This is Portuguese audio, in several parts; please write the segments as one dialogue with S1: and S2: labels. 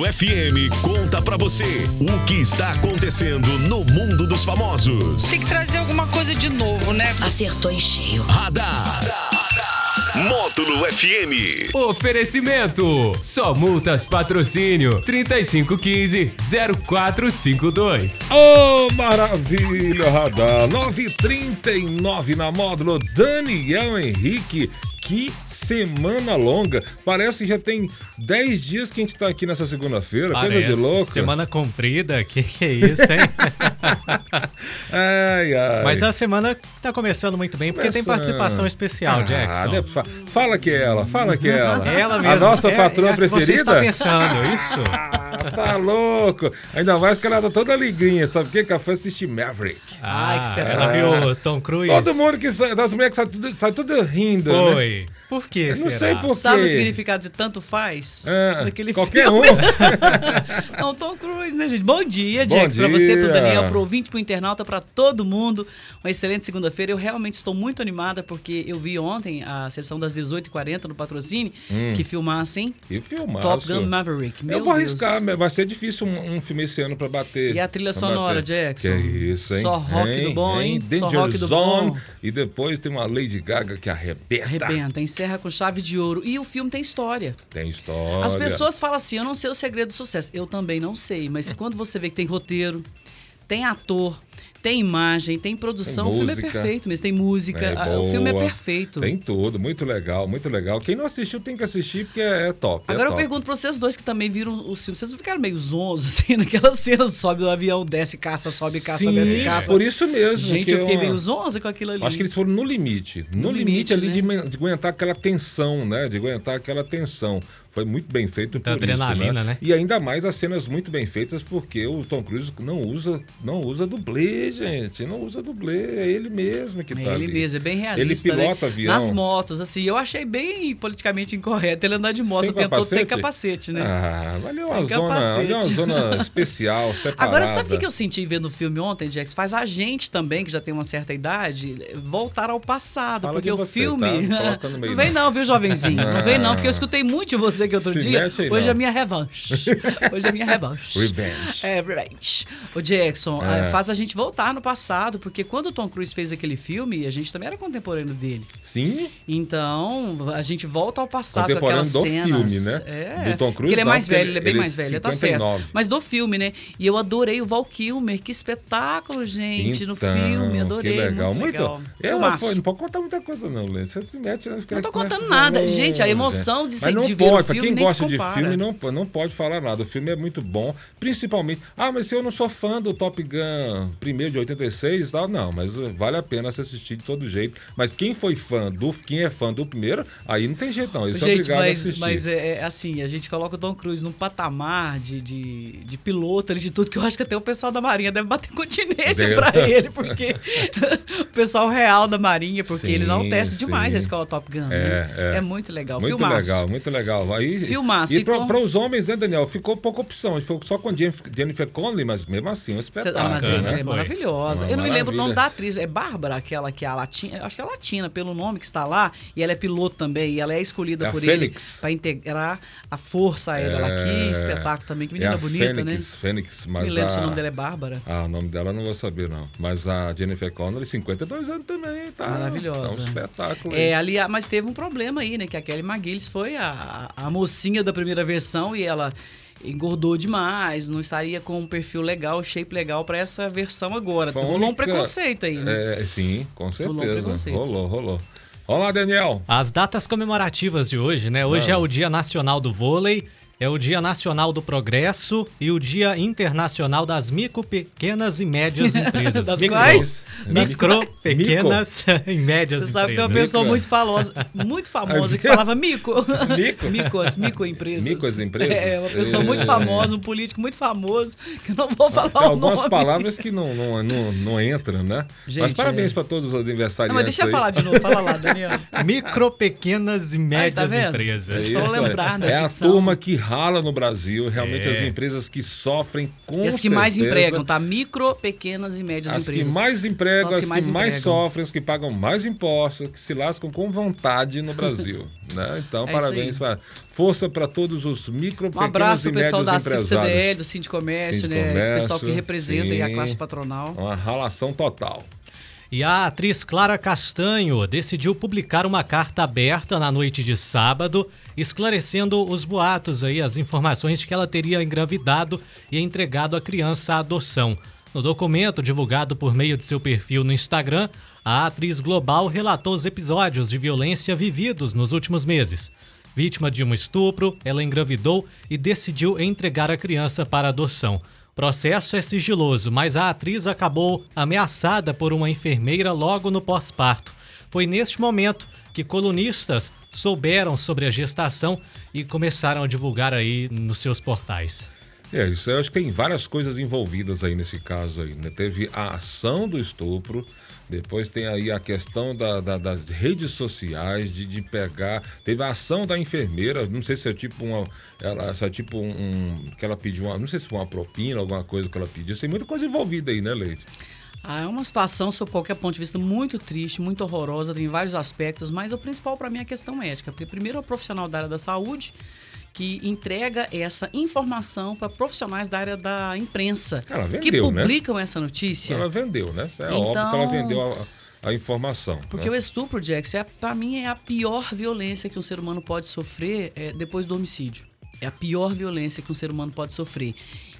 S1: O FM conta pra você o que está acontecendo no mundo dos famosos.
S2: Tem que trazer alguma coisa de novo, né?
S3: Acertou em cheio.
S1: Radar. Módulo FM.
S4: Oferecimento: Só Multas Patrocínio 3515 0452.
S5: Ô, maravilha, Radar. 9h39 na módulo. Daniel Henrique. Que semana longa. Parece que já tem 10 dias que a gente tá aqui nessa segunda-feira. Coisa Tá de louco.
S6: Semana comprida, que que é isso, hein?
S5: Ai, ai.
S6: Mas a semana tá começando muito bem, porque tem
S5: Começando.
S6: participação especial,
S5: Ah,
S6: Jackson.
S5: né, fa- fala que é ela, fala que é ela.
S6: É ela mesma.
S5: A nossa
S6: É-
S5: patroa
S6: é a que
S5: preferida?
S6: Você está pensando, isso?
S5: Ah, tá louco. Ainda mais que ela tá toda alegrinha, sabe o que? Que ela foi assistir Maverick.
S6: Ah, Ela viu Tom Cruise?
S5: Todo mundo que sai, das mulheres que sai tudo, sai tudo rindo. né?
S6: Foi. Por que
S5: Eu não
S6: será?
S5: sei por quê.
S7: Sabe o significado de tanto faz?
S5: Ah,
S7: Daquele
S5: qualquer
S7: filme.
S5: um.
S7: Não, Tom Cruise, né, gente? Bom dia,
S5: Bom
S7: Jax, pra você, pro
S5: dia.
S7: Daniel, pro ouvinte, pro internauta, pra todo mundo. Uma excelente segunda-feira. Eu realmente estou muito animada porque eu vi ontem a sessão das 18h40 no Patrocínio, que filmasse, hein?
S5: E Hum. filmaço.
S7: Top Gun Maverick. Meu
S5: Eu vou
S7: Deus.
S5: arriscar, mas vai ser difícil um, um filme esse ano pra bater.
S7: E a trilha
S5: pra
S7: sonora,
S5: bater.
S7: Jackson?
S5: Que é isso, hein?
S7: Só rock do bom, hein? Só
S5: Danger
S7: rock do
S5: Zone.
S7: bom.
S5: E depois tem uma Lady Gaga que arrebenta.
S7: Arrebenta, encerra com chave de ouro. E o filme tem história.
S5: Tem história.
S7: As pessoas falam assim: eu não sei o segredo do sucesso. Eu também não sei, mas quando você vê que tem roteiro, tem ator, tem imagem, tem produção,
S5: Tem
S7: o filme é
S5: música.
S7: perfeito mesmo. Tem música,
S5: É
S7: a- o filme é
S5: boa.
S7: perfeito.
S5: Tem tudo, muito legal, muito legal. Quem não assistiu tem que assistir porque é, é top. é
S7: Agora eu
S5: top.
S7: pergunto pra vocês dois que também viram os filmes. Vocês não ficaram meio zonzos, assim, naquela cena? Sobe do avião, desce, caça, sobe, caça,
S5: Sim,
S7: desce, caça.
S5: Por isso mesmo.
S7: Gente,
S5: que é
S7: eu fiquei
S5: uma-
S7: meio zonza com aquilo ali.
S5: Acho que eles foram no limite. No,
S7: No
S5: limite,
S7: limite,
S5: ali
S7: né?
S5: de, men- de aguentar aquela tensão, né? De aguentar aquela tensão. Foi muito bem feito
S6: Da
S5: por isso,
S6: adrenalina, né?
S5: E ainda mais as cenas muito bem feitas, porque o Tom Cruise não usa, não usa dublê, gente. Não usa dublê, é ele mesmo que
S7: É
S5: tá
S7: ele
S5: ali.
S7: mesmo, é bem realista.
S5: Ele pilota
S7: né?
S5: avião.
S7: Nas motos, assim. Eu achei bem politicamente incorreto ele andar de moto
S5: Sem
S7: o tempo todo sem
S5: capacete?
S7: capacete, né?
S5: Ah, ali é uma
S7: Sem
S5: zona, ali é uma
S7: capacete.
S5: zona especial, separada.
S7: Agora, sabe o que que eu senti vendo o filme ontem, Jax? Faz a gente também, que já tem uma certa idade, voltar ao passado.
S5: Fala
S7: porque
S5: de
S7: o
S5: você,
S7: filme.
S5: tá? Não coloca no meio,
S7: não vem, não, viu, jovenzinho?
S5: Ah.
S7: Não vem, não, porque eu escutei muito de você que outro
S5: Se
S7: dia.
S5: mete aí,
S7: Hoje
S5: não.
S7: é minha revanche. Hoje é minha revanche.
S5: Revenge.
S7: É, revenge. Ô, Jackson,
S5: É.
S7: ah, faz a gente voltar no passado, porque quando o Tom Cruise fez aquele filme, a gente também era contemporâneo dele.
S5: Sim,
S7: Então, a gente volta ao passado com
S5: Contemporâneo
S7: aquelas
S5: do
S7: cenas.
S5: filme, né?
S7: É.
S5: Do Tom Cruise,
S7: Porque ele é
S5: não,
S7: mais
S5: porque
S7: velho,
S5: ele-
S7: ele, é bem
S5: ele é
S7: mais velho, tá
S5: 59.
S7: certo. Mas do filme, né? E eu adorei o Val Kilmer, que espetáculo, gente, no
S5: Então,
S7: filme, adorei,
S5: Que legal,
S7: muito legal.
S5: Ela
S7: Filmaço.
S5: foi, não pode contar muita coisa, não, Lê. Você se mete, né? Fica-
S7: Não tô
S5: começa
S7: contando
S5: a falar,
S7: nada.
S5: "Ô,
S7: Gente, a emoção de
S5: Mas
S7: ser-
S5: não
S7: de ver
S5: pode,
S7: o
S5: pra
S7: filme
S5: quem
S7: nem se
S5: gosta de
S7: compara.
S5: filme não, po- não pode falar nada. O filme é muito bom, principalmente. Ah, mas se eu não sou fã do Top Gun primeiro de 86 e tal, não, mas uh, vale a pena se assistir de todo jeito. Mas quem foi fã do. Quem é fã do primeiro, aí não tem jeito, não. Isso é
S7: Gente,
S5: obrigado a
S7: mas,
S5: assistir.
S7: mas é, é assim, a gente coloca o Tom Cruise num patamar de, de, de piloto, ali, de tudo, que eu acho que até o pessoal da Marinha deve bater continência
S5: Deve.
S7: pra ele, porque o pessoal real da Marinha, porque
S5: Sim,
S7: ele não testa
S5: sim.
S7: demais a escola Top Gun.
S5: É,
S7: né?
S5: é.
S7: muito legal.
S5: Muito
S7: Filmaço.
S5: legal, muito legal. Aí,
S7: Filmaço,
S5: E
S7: e
S5: para
S7: com-
S5: os homens, né, Daniel? Ficou pouca opção. Ficou só com Jennifer, Jennifer Connelly, mas mesmo assim, um
S7: Cê-
S5: espetáculo.
S7: ah, mas
S5: né?
S7: gente,
S6: Foi.
S7: é maravilhosa.
S5: Uma
S7: eu não me lembro o nome
S5: maravilha.
S7: da atriz. É Bárbara, aquela que é a latina. eu Acho que é latina, pelo nome que está lá. E ela é piloto também. E ela é escolhida
S5: É a
S7: por
S5: Fênix.
S7: ele para integrar a força aérea. Ela que espetáculo também. Que menina
S5: é a
S7: bonita,
S5: Fênix,
S7: né?
S5: Fênix, mas
S7: me lembro
S5: a...
S7: se o nome dela é Bárbara.
S5: Ah, o nome dela eu não vou saber, não. Mas a Jennifer Connelly, 52 anos também, tá?
S7: Maravilhosa.
S5: É um espetáculo.
S7: É,
S5: hein?
S7: ali, ah, mas teve um problema aí, né? Que a Kelly McGillis foi a, a a mocinha da primeira versão e ela engordou demais, não estaria com um perfil legal, shape legal para essa versão agora.
S5: Foi a
S7: Rolou um
S5: única-
S7: preconceito aí, né?
S5: É, sim, com
S7: Rolou um
S5: certeza.
S7: preconceito.
S5: Rolou, rolou. Olá, Daniel.
S6: As datas comemorativas de hoje, né? Hoje é o Dia Nacional do Vôlei, é o Dia Nacional do Progresso e o Dia Internacional das Micro, Pequenas e Médias Empresas.
S7: Das
S6: Micro.
S7: quais? Das
S6: Micro, pequenas e médias
S7: Você sabe que é
S6: empresas.
S7: uma pessoa
S5: Mico.
S7: muito famosa, muito famosa, que
S5: viu?
S7: falava mico.
S5: Mico?
S7: Micos, microempresas.
S5: Microempresas?
S7: É, uma pessoa
S5: É.
S7: muito famosa, um político muito famoso, que eu não vou falar
S5: Tem
S7: o nome.
S5: algumas palavras que não, não, não, não entram, né? mas
S7: Gente,
S5: parabéns
S7: é.
S5: pra todos os aniversariantes.
S7: Não, mas deixa eu
S5: aí.
S7: falar de novo, fala lá, Daniel.
S6: Micro, pequenas e
S7: Aí, tá
S6: médias
S7: vendo?
S6: empresas.
S7: Só
S5: isso aí.
S7: lembrar da
S5: É a
S7: dicção.
S5: turma que rala no Brasil, realmente
S4: É.
S5: as empresas que sofrem com
S7: E as que mais
S5: certeza,
S7: empregam, tá? Micro, pequenas e médias
S5: As
S7: empresas.
S5: que mais empregam,
S7: São
S5: as que mais,
S7: empregam.
S5: sofrem, as que pagam mais impostos, que se lascam com vontade no Brasil. né? Então,
S7: É isso
S5: parabéns.
S7: aí.
S5: Pra... Força para todos os micro,
S7: Um
S5: pequenos
S7: abraço
S5: e
S7: pro pessoal da
S5: médios
S7: CDL,
S5: empresários.
S7: do Sindicomércio,
S5: Sindicomércio,
S7: né? Esse pessoal que representa aí a
S5: sim.
S7: classe patronal.
S5: Uma ralação total.
S6: E a atriz Clara Castanho decidiu publicar uma carta aberta na noite de sábado, esclarecendo os boatos aí, as informações de que ela teria engravidado e entregado a criança à adoção. No documento divulgado por meio de seu perfil no Instagram, a atriz global relatou os episódios de violência vividos nos últimos meses. Vítima de um estupro, ela engravidou e decidiu entregar a criança para adoção. O processo é sigiloso, mas a atriz acabou ameaçada por uma enfermeira logo no pós-parto. Foi neste momento que colunistas souberam sobre a gestação e começaram a divulgar aí nos seus portais.
S5: É, isso aí, eu acho que tem várias coisas envolvidas aí nesse caso aí, né? Teve a ação do estupro, depois tem aí a questão da- da- das redes sociais, de, de pegar. Teve a ação da enfermeira, não sei se é tipo uma. Ela, se é tipo um, um- Que ela pediu uma. Não sei se foi uma propina, alguma coisa que ela pediu. Tem muita coisa envolvida aí, né, Leite?
S7: Ah, é uma situação, sob qualquer ponto de vista, muito triste, muito horrorosa, tem vários aspectos, mas o principal para mim é a questão ética. Porque primeiro é o profissional da área da saúde que entrega essa informação para profissionais da área da imprensa
S5: Ela
S7: que
S5: vendeu, né?
S7: publicam essa notícia.
S5: Ela vendeu, né? É
S7: Então-
S5: óbvio que ela vendeu a, a informação.
S7: Porque
S5: né?
S7: o estupro, Jackson, é, para mim é a pior violência que um ser humano pode sofrer é, depois do homicídio. É a pior violência que um ser humano pode sofrer.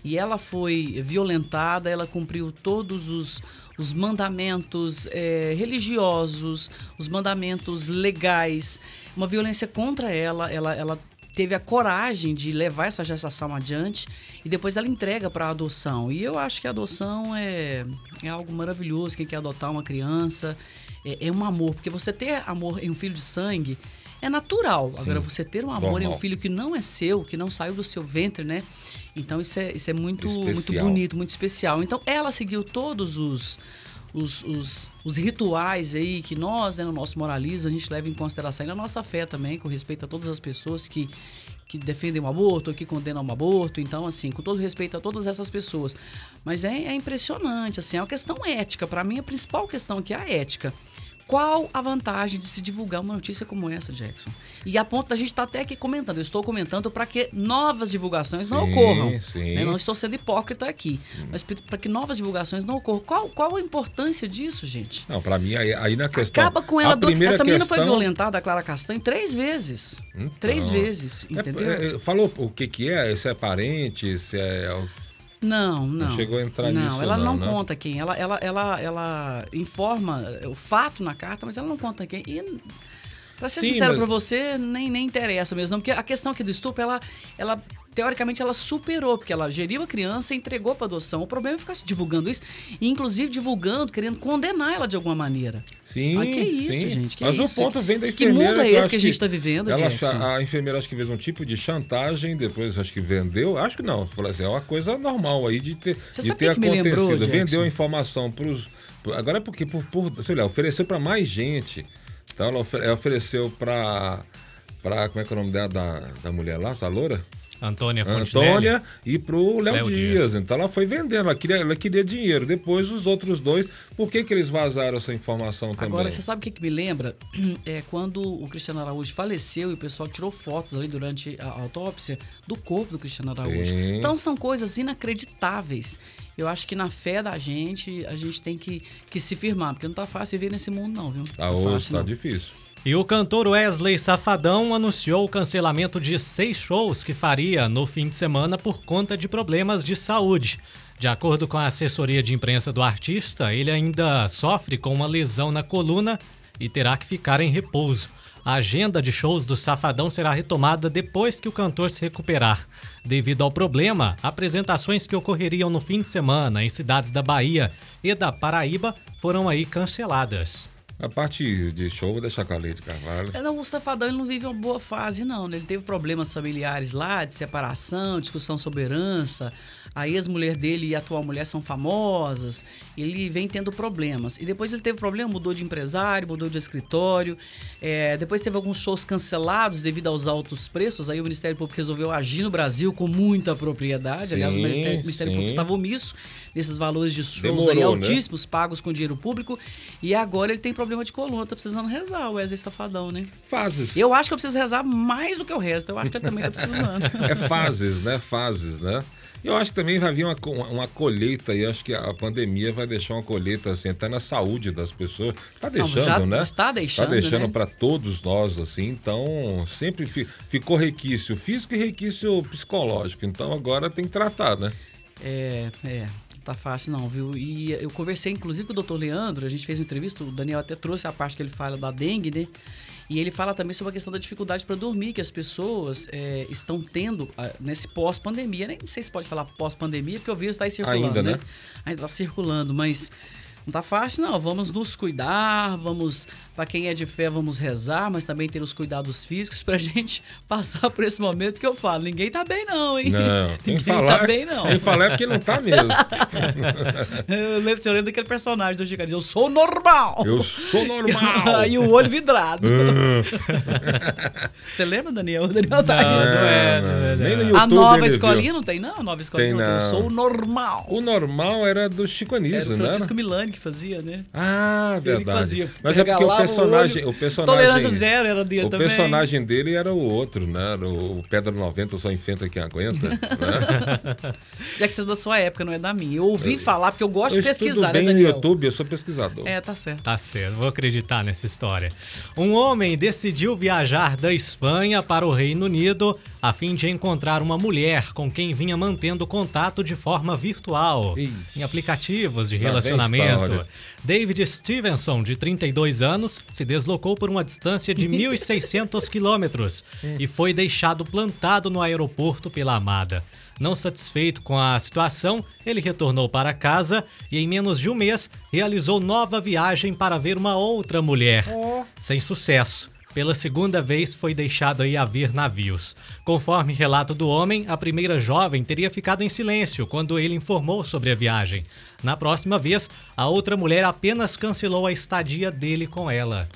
S7: E ela foi violentada, ela cumpriu todos os, os mandamentos é, religiosos, os mandamentos legais. Uma violência contra ela, ela, ela teve a coragem de levar essa gestação adiante e depois ela entrega para adoção. E eu acho que a adoção é, é algo maravilhoso, quem quer adotar uma criança, é, é um amor, porque você ter amor em um filho de sangue é natural. Agora, você ter um amor em um
S5: normal.
S7: filho que não é seu, que não saiu do seu ventre, né? Então, isso é, isso é muito, muito
S5: Especial.
S7: bonito, muito especial. Então, ela seguiu todos os. Os, os, os rituais aí que nós, né, no nosso moralismo, a gente leva em consideração e na nossa fé também, com respeito a todas as pessoas que, que defendem o aborto, que condenam o aborto. Então, assim, com todo respeito a todas essas pessoas. Mas é, é impressionante, assim, é uma questão ética. Para mim, a principal questão aqui é a ética. Qual a vantagem de se divulgar uma notícia como essa, Jackson? E a ponto da gente estar até aqui comentando. Eu estou comentando para que novas divulgações não
S5: Sim,
S7: ocorram.
S5: sim.
S7: né? Não estou sendo hipócrita aqui, mas para que novas divulgações não ocorram. Qual, qual a importância disso, gente?
S5: Não, pra mim, aí, aí na questão.
S7: Acaba com ela.
S5: a
S7: Do...
S5: primeira
S7: Essa menina foi
S5: questão-
S7: violentada, a Clara Castanho, três vezes. Três vezes,
S5: É,
S7: entendeu?
S5: é, é, falou o que que é? Se é parente, se é...
S7: Não, não.
S5: chegou a entrar
S7: não,
S5: nisso,
S7: Ela
S5: não,
S7: não,
S5: né?
S7: conta quem. Ela, ela, ela, ela informa o fato na carta, mas ela não conta quem. E, pra ser
S5: Sim,
S7: sincero
S5: mas-
S7: pra você, nem, nem interessa mesmo. não, Porque a questão aqui do estupro, ela, ela, teoricamente, ela superou, porque ela geriu a criança e entregou pra adoção. O problema é ficar se divulgando isso, e inclusive divulgando, querendo condenar ela de alguma maneira.
S5: Sim,
S7: Ah, que isso,
S5: sim.
S7: gente, que
S5: Mas
S7: isso?
S5: o ponto vem da
S7: Que
S5: enfermeira.
S7: mundo é
S5: eu
S7: esse
S5: acho
S7: que a gente tá vivendo,
S5: ela
S7: Jackson?
S5: cha- A enfermeira acho que fez um tipo de chantagem, depois acho que vendeu. Acho que não. Falou assim, é uma coisa normal aí de ter,
S7: Você
S5: de
S7: sabe
S5: ter
S7: o que que me
S5: acontecido.
S7: lembrou,
S5: vendeu
S7: Jackson?
S5: a informação pros... pro- Agora é porque, por, por, sei lá, ofereceu pra mais gente. Então ela, ofe- ela ofereceu pra... Pra, como é que é o nome dela, da, da mulher lá, essa loura?
S6: Antônia Fontenelle.
S5: Antônia e pro Léo
S6: Léo
S5: Dias.
S6: Dias.
S5: Então ela foi vendendo, ela queria, ela queria dinheiro. Depois os outros dois, por que, que eles vazaram essa informação também?
S7: Agora, você sabe o que, que me lembra? É quando o Cristiano Araújo faleceu e o pessoal tirou fotos ali durante a autópsia do corpo do Cristiano Araújo.
S5: Sim.
S7: Então, são coisas inacreditáveis. Eu acho que na fé da gente, a gente tem que, que se firmar, porque não tá fácil viver nesse mundo, não, viu?
S5: Tá,
S7: não
S5: hoje
S7: tá
S5: tá
S7: não.
S5: difícil.
S6: E o cantor Wesley Safadão anunciou o cancelamento de seis shows que faria no fim de semana por conta de problemas de saúde. De acordo com a assessoria de imprensa do artista, ele ainda sofre com uma lesão na coluna e terá que ficar em repouso. A agenda de shows do Safadão será retomada depois que o cantor se recuperar. Devido ao problema, apresentações que ocorreriam no fim de semana em cidades da Bahia e da Paraíba foram aí canceladas.
S5: A parte de show, vou deixar com a Leite Carvalho.
S7: É, não, o Safadão ele não vive uma boa fase, não. né? Ele teve problemas familiares lá, de separação, discussão sobre herança. A ex-mulher dele e a atual mulher são famosas. Ele vem tendo problemas. E depois ele teve problema, mudou de empresário, mudou de escritório. É, depois teve alguns shows cancelados devido aos altos preços. Aí o Ministério Público resolveu agir no Brasil com muita propriedade. Aliás, o
S5: Sim,
S7: Ministério, o Ministério
S5: sim.
S7: Público estava omisso nesses valores de shows
S5: Demorou,
S7: aí
S5: né?
S7: altíssimos municípios pagos com dinheiro público e agora ele tem problema de coluna, tá precisando rezar o Wesley Safadão, né?
S5: Fases.
S7: Eu acho que eu preciso rezar mais do que o resto, eu acho que ele também tá precisando.
S5: É fases, né? Fases, né? E Eu acho que também vai vir uma, co- uma colheita e acho que a pandemia vai deixar uma colheita assim, até na saúde das pessoas. Tá
S7: Não,
S5: deixando,
S7: já
S5: né?
S7: está deixando,
S5: Tá deixando
S7: né?
S5: para todos nós, assim. Então, sempre fi- ficou requício físico e requício psicológico. Então, agora tem que tratar, né?
S7: É, é, não tá fácil não, viu? E eu conversei inclusive com o Dr. Leandro, a gente fez uma entrevista, o Daniel até trouxe a parte que ele fala da dengue, né? E ele fala também sobre a questão da dificuldade para dormir que as pessoas é, estão tendo ah, nesse pós-pandemia. Nem sei se pode falar pós-pandemia, porque o vírus está aí circulando,
S5: Ainda,
S7: né?
S5: né?
S7: Ainda tá circulando, mas não tá fácil não. Vamos nos cuidar, vamos para quem é de fé, vamos rezar, mas também ter os cuidados físicos pra gente passar por esse momento que eu falo, ninguém tá bem não, hein?
S5: Não, quem
S7: ninguém
S5: falar,
S7: tá bem não.
S5: Quem falar é porque não tá mesmo.
S7: Eu lembro, eu lembro daquele personagem do Chico Anísio, Eu sou normal!
S5: Eu sou normal. Hum.
S7: e o olho vidrado. Você lembra, Daniel? O Daniel tá
S6: Não,
S7: aí.
S6: não é, não é, não
S5: Nem
S6: é.
S5: no YouTube
S7: A nova
S5: ele
S7: escolinha
S5: viu.
S7: não tem, não? A nova escolinha
S5: Tem,
S7: não, tem. Eu
S5: não.
S7: sou normal.
S5: O normal era do Chico
S7: Era
S5: Anísio,
S7: o
S5: né?
S7: Francisco Milani que fazia, né?
S5: Ah,
S7: Ele que
S5: verdade.
S7: fazia,
S5: Mas é porque o
S7: regalava o
S5: personagem,
S7: olho.
S5: o personagem.
S7: Tolerância zero era dele
S5: O
S7: também.
S5: personagem dele era o outro, né? Era o Pedra 90 só enfrenta quem aguenta. né?
S7: Já que você é da sua época, não é da minha. Eu ouvi falar, porque eu gosto
S5: eu
S7: de pesquisar,
S5: estudo bem
S7: né,
S5: no
S7: Daniel?
S5: YouTube, eu sou pesquisador.
S7: É, tá certo.
S6: Tá certo, vou acreditar nessa história. Um homem decidiu viajar da Espanha para o Reino Unido a fim de encontrar uma mulher com quem vinha mantendo contato de forma virtual,
S5: Ixi.
S6: em aplicativos de
S5: vem
S6: relacionamento.
S5: história.
S6: David Stevenson, de 32 anos, se deslocou por uma distância de 1.600 quilômetros e foi deixado plantado no aeroporto pela amada. Não satisfeito com a situação, ele retornou para casa e, em menos de um mês, realizou nova viagem para ver uma outra mulher. Sem sucesso. Pela segunda vez foi deixado aí a ver navios. Conforme relato do homem, a primeira jovem teria ficado em silêncio quando ele informou sobre a viagem. Na próxima vez, a outra mulher apenas cancelou a estadia dele com ela.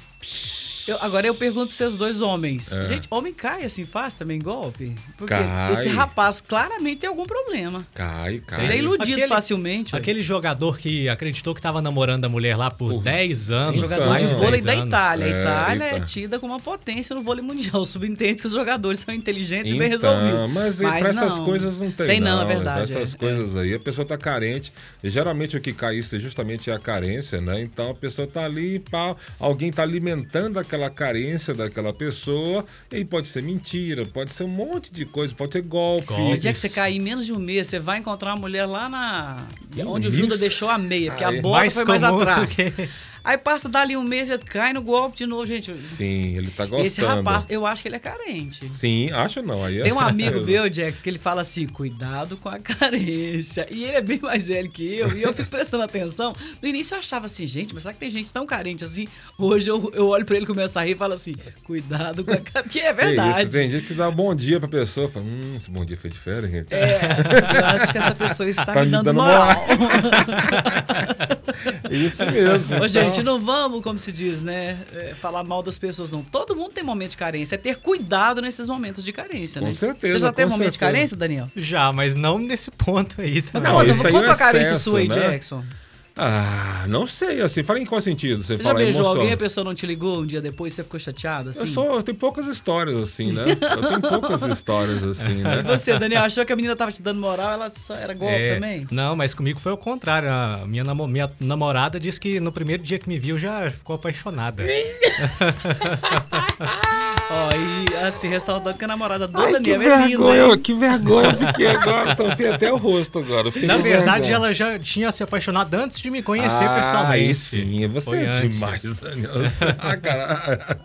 S7: Eu- agora eu pergunto pra vocês dois homens. Gente, homem cai assim, faz também golpe? Porque
S5: É. Cai.
S7: esse rapaz claramente tem algum problema.
S5: Cai, cai.
S7: Ele é iludido
S6: Aquele-
S7: facilmente. ué.
S6: Aquele jogador que acreditou que estava namorando a mulher lá por 10 anos.
S5: jogador
S6: mais
S7: Um de
S5: São
S7: vôlei
S6: 10
S7: da
S6: anos.
S7: Itália.
S5: É,
S7: a Itália é
S5: eita.
S7: tida como uma potência no vôlei mundial. Subentende que os jogadores são inteligentes e bem
S5: Então,
S7: resolvidos.
S5: Mas, para essas
S7: não.
S5: coisas não tem.
S7: Tem não, é
S5: pra
S7: verdade.
S5: essas
S7: é.
S5: coisas aí, a pessoa tá carente. E geralmente o que cai isso é justamente a carência, né? Então a pessoa tá ali, pá, alguém tá alimentando aquela carência daquela pessoa. E aí pode ser mentira, pode ser um monte de coisa, pode ser golpe.
S7: No
S6: Golpe.
S7: dia que você cair em menos de um mês, você vai encontrar uma mulher lá na.
S5: Ih,
S7: onde o
S5: isso.
S7: Judas deixou a meia, porque
S5: Aí,
S7: a bola
S6: mais
S7: foi mais
S6: comum do
S7: atrás.
S6: que-
S7: Aí passa dali um mês, ele cai no golpe de novo, gente.
S5: Sim, ele tá gostando.
S7: Esse rapaz, eu acho que ele é carente.
S5: Sim, acho não. Aí é
S7: Tem um amigo
S5: certeza.
S7: meu, Jax, que ele fala assim: cuidado com a carência. E ele é bem mais velho que eu, e eu fico prestando atenção. No início eu achava assim, gente, mas será que tem gente tão carente assim? Hoje eu, eu olho pra ele, começo a rir e falo assim: cuidado com a carência. Porque é
S5: Que
S7: verdade.
S5: isso, tem gente que dá um bom dia pra pessoa. Fala, hum, esse bom dia foi diferente.
S7: É, eu acho que essa pessoa está
S5: Tá
S7: me dando, moral.
S5: Isso mesmo.
S7: Ô,
S5: então.
S7: gente, não vamos, como se diz, né? é, falar mal das pessoas, não. Todo mundo tem momento de carência. É ter cuidado nesses momentos de carência,
S5: Com
S7: né?
S5: certeza,
S7: Você já
S5: com
S7: teve momento de
S5: certeza.
S7: carência, Daniel?
S6: Já, mas não nesse ponto aí. Também.
S5: Não,
S7: conta
S5: isso aí é
S7: conta a carência
S5: excesso,
S7: sua aí,
S5: né?
S7: Jackson.
S5: Ah, não sei, assim, fala em qual sentido? Você,
S7: Você já
S5: fala
S7: beijou
S5: emoção.
S7: alguém, a pessoa não te ligou um dia depois, você ficou chateado, assim?
S5: Eu sou, eu tenho poucas histórias assim, né? Eu tenho poucas histórias assim,
S7: E
S5: né?
S7: você, Daniel, achou que a menina tava te dando moral, ela só era golpe
S6: É,
S7: também?
S6: Não, mas comigo foi o contrário. A minha, namo- minha namorada disse que no primeiro dia que me viu já ficou apaixonada.
S7: Ó, e assim, ressaltando que a namorada do
S5: Ai, que
S7: Daniel é linda.
S5: vergonha,
S7: hein?
S5: que vergonha. eu Fiquei agora, tampei até o rosto agora. eu fiquei
S6: Na
S5: com
S6: verdade,
S5: vergonha.
S6: ela já tinha se apaixonado antes de me conhecer
S5: ah,
S6: pessoalmente.
S5: Aí sim, você
S6: Foi
S5: é
S6: antes.
S5: demais, Daniel. Você- Ah, cara.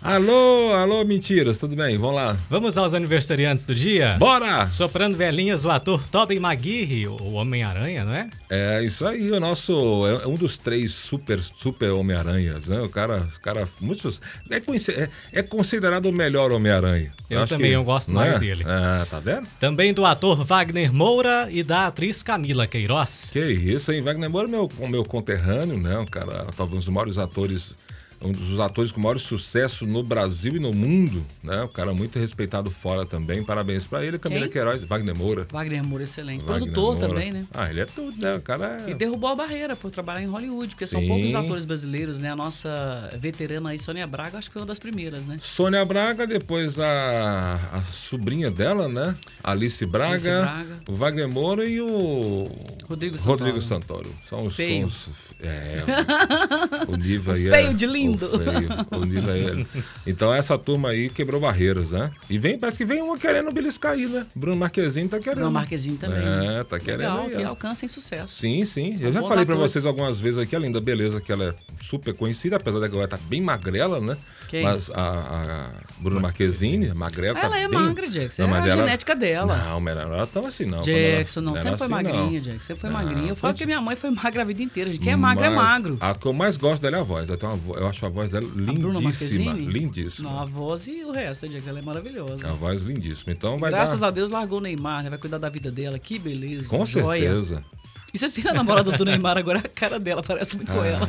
S5: alô, alô, mentiras, tudo bem? Vamos lá.
S6: Vamos aos aniversariantes do dia?
S5: Bora!
S6: Soprando velhinhas, o ator Tobey Maguire, o Homem-Aranha, não é?
S5: É isso aí, o nosso. É é um dos três super, super Homem-Aranhas, né? O cara. O cara muitos, é, conhece- é- é considerado o melhor Homem-Aranha.
S6: Eu também, eu gosto
S5: não
S6: mais
S5: é?
S6: dele.
S5: Ah, tá vendo?
S6: Também do ator Wagner Moura e da atriz Camila Queiroz.
S5: Que isso, hein? Wagner Moura é meu, o meu conterrâneo, né? Um cara, talvez um dos maiores atores, um dos atores com maior sucesso no Brasil e no mundo, né? Um cara muito respeitado fora também. Parabéns pra ele, é Camila
S7: Quem?
S5: Queiroz, Wagner Moura.
S7: Wagner Moura, excelente.
S5: Wagner
S7: Produtor
S5: Moura.
S7: também, né?
S5: Ah, ele é tudo, né? O cara
S7: E
S5: é...
S7: derrubou a barreira por trabalhar em Hollywood, porque
S5: Sim.
S7: são poucos atores brasileiros, né? A nossa veterana aí, Sônia Braga, acho que foi uma das primeiras, né?
S5: Sônia Braga, depois a, a sobrinha dela, né? Alice Braga,
S7: Alice Braga.
S5: o Wagner Moura e o
S7: Rodrigo Santoro.
S5: Rodrigo Santoro. São os
S7: Feio.
S5: sons. É, o nível aí é-
S7: Feio de lindo.
S5: O, feio, o nível aí é- Então essa turma aí quebrou barreiras, né? E vem, parece que vem uma querendo beliscar aí, né? Bruno Marquezine tá querendo.
S7: Bruno Marquezine também. né?
S5: É, tá querendo.
S7: Legal,
S5: aí,
S7: que
S5: ó.
S7: alcancem sucesso.
S5: Sim, sim.
S7: São
S5: Eu já
S7: bons
S5: falei pra
S7: atores.
S5: vocês algumas vezes aqui, além da beleza que ela é super conhecida, apesar de que ela tá bem magrela, né?
S7: Quem?
S5: Mas a, a Bruna Marquezine, é magrela, tá
S7: Ela é
S5: bem-
S7: magra, Jackson.
S5: Não,
S7: é a
S5: mas ela-
S7: genética dela.
S5: Não, mas ela não era tão assim, não. Quando ela-
S7: Jackson, não,
S5: era
S7: sempre foi
S5: assim, não.
S7: magrinha, Jackson. Sempre foi
S5: Não,
S7: magrinha. Eu falo
S5: foi-
S7: que minha mãe foi magra a vida inteira. gente. Quem é magro é
S5: Mas
S7: magro.
S5: A que eu mais gosto dela é a voz. Ela tem uma vo- Eu acho a voz dela
S7: A Bruna
S5: lindíssima.
S7: Marquezine?
S5: Lindíssima.
S7: Não, a voz e o resto, Jackson. Ela é maravilhosa.
S5: A voz lindíssima. Então vai
S7: Graças
S5: dar...
S7: a Deus largou o Neymar, né? Vai cuidar da vida dela. Que beleza.
S5: Com
S7: joia.
S5: certeza.
S7: E você vê a namorada do Neymar agora, a cara dela parece muito
S5: Ah,
S7: com ela.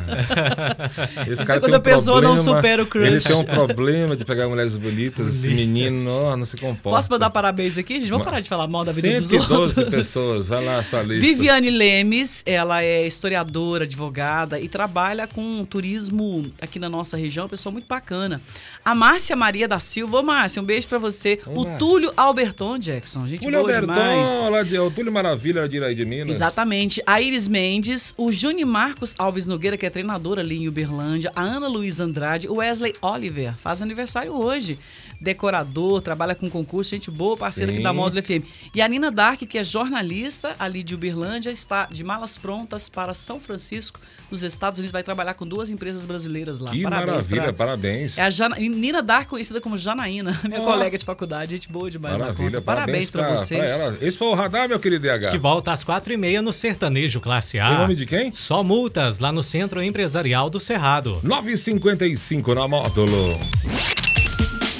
S5: é. Esse
S7: Isso
S5: cara
S7: é quando
S5: tem um
S7: a pessoa não
S5: problema,
S7: supera o crush.
S5: Ele tem um problema de pegar mulheres bonitas. Esse menino ó, não se comporta.
S7: Posso mandar parabéns aqui, gente? Vamos parar de falar mal da vida dos
S5: 112
S7: outros.
S5: pessoas, vai lá essa lista.
S7: Viviane Lemes, ela é historiadora, advogada e trabalha com turismo aqui na nossa região, pessoa muito bacana. A Márcia Maria da Silva, Ô, Márcia, um beijo pra você.
S5: Ô,
S7: o
S5: Márcia.
S7: Túlio Alberton Jackson, gente
S5: Túlio
S7: boa demais.
S5: Alberton, lá de, o Túlio Maravilha de Iraí de Minas.
S7: Exatamente. A Iris Mendes, o Juni Marcos Alves Nogueira, que é treinador ali em Uberlândia, a Ana Luiz Andrade, o Wesley Oliver, faz aniversário hoje. Decorador, trabalha com concurso, gente boa, parceira
S5: Sim.
S7: aqui da Módulo FM. E a Nina Dark, que é jornalista ali de Uberlândia, está de malas prontas para São Francisco, nos Estados Unidos, vai trabalhar com duas empresas brasileiras lá.
S5: Que
S7: Parabéns
S5: maravilha,
S7: pra-
S5: parabéns.
S7: É a Jana- Nina Dark, conhecida como Janaína, minha colega de faculdade, gente boa demais na
S5: Maravilha,
S7: conta. Parabéns, pra, vocês.
S5: ela. Esse foi o radar, meu querido DH.
S6: Que volta às quatro e meia no Sertanejo Classe A.
S5: Em Tá. nome de quem?
S6: Só multas lá no Centro Empresarial do Cerrado.
S5: 9h55 na módulo.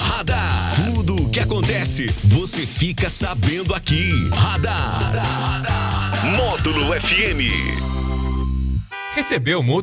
S1: Radar. Tudo o que acontece, você fica sabendo aqui. Radar. Módulo FM.
S4: Recebeu multa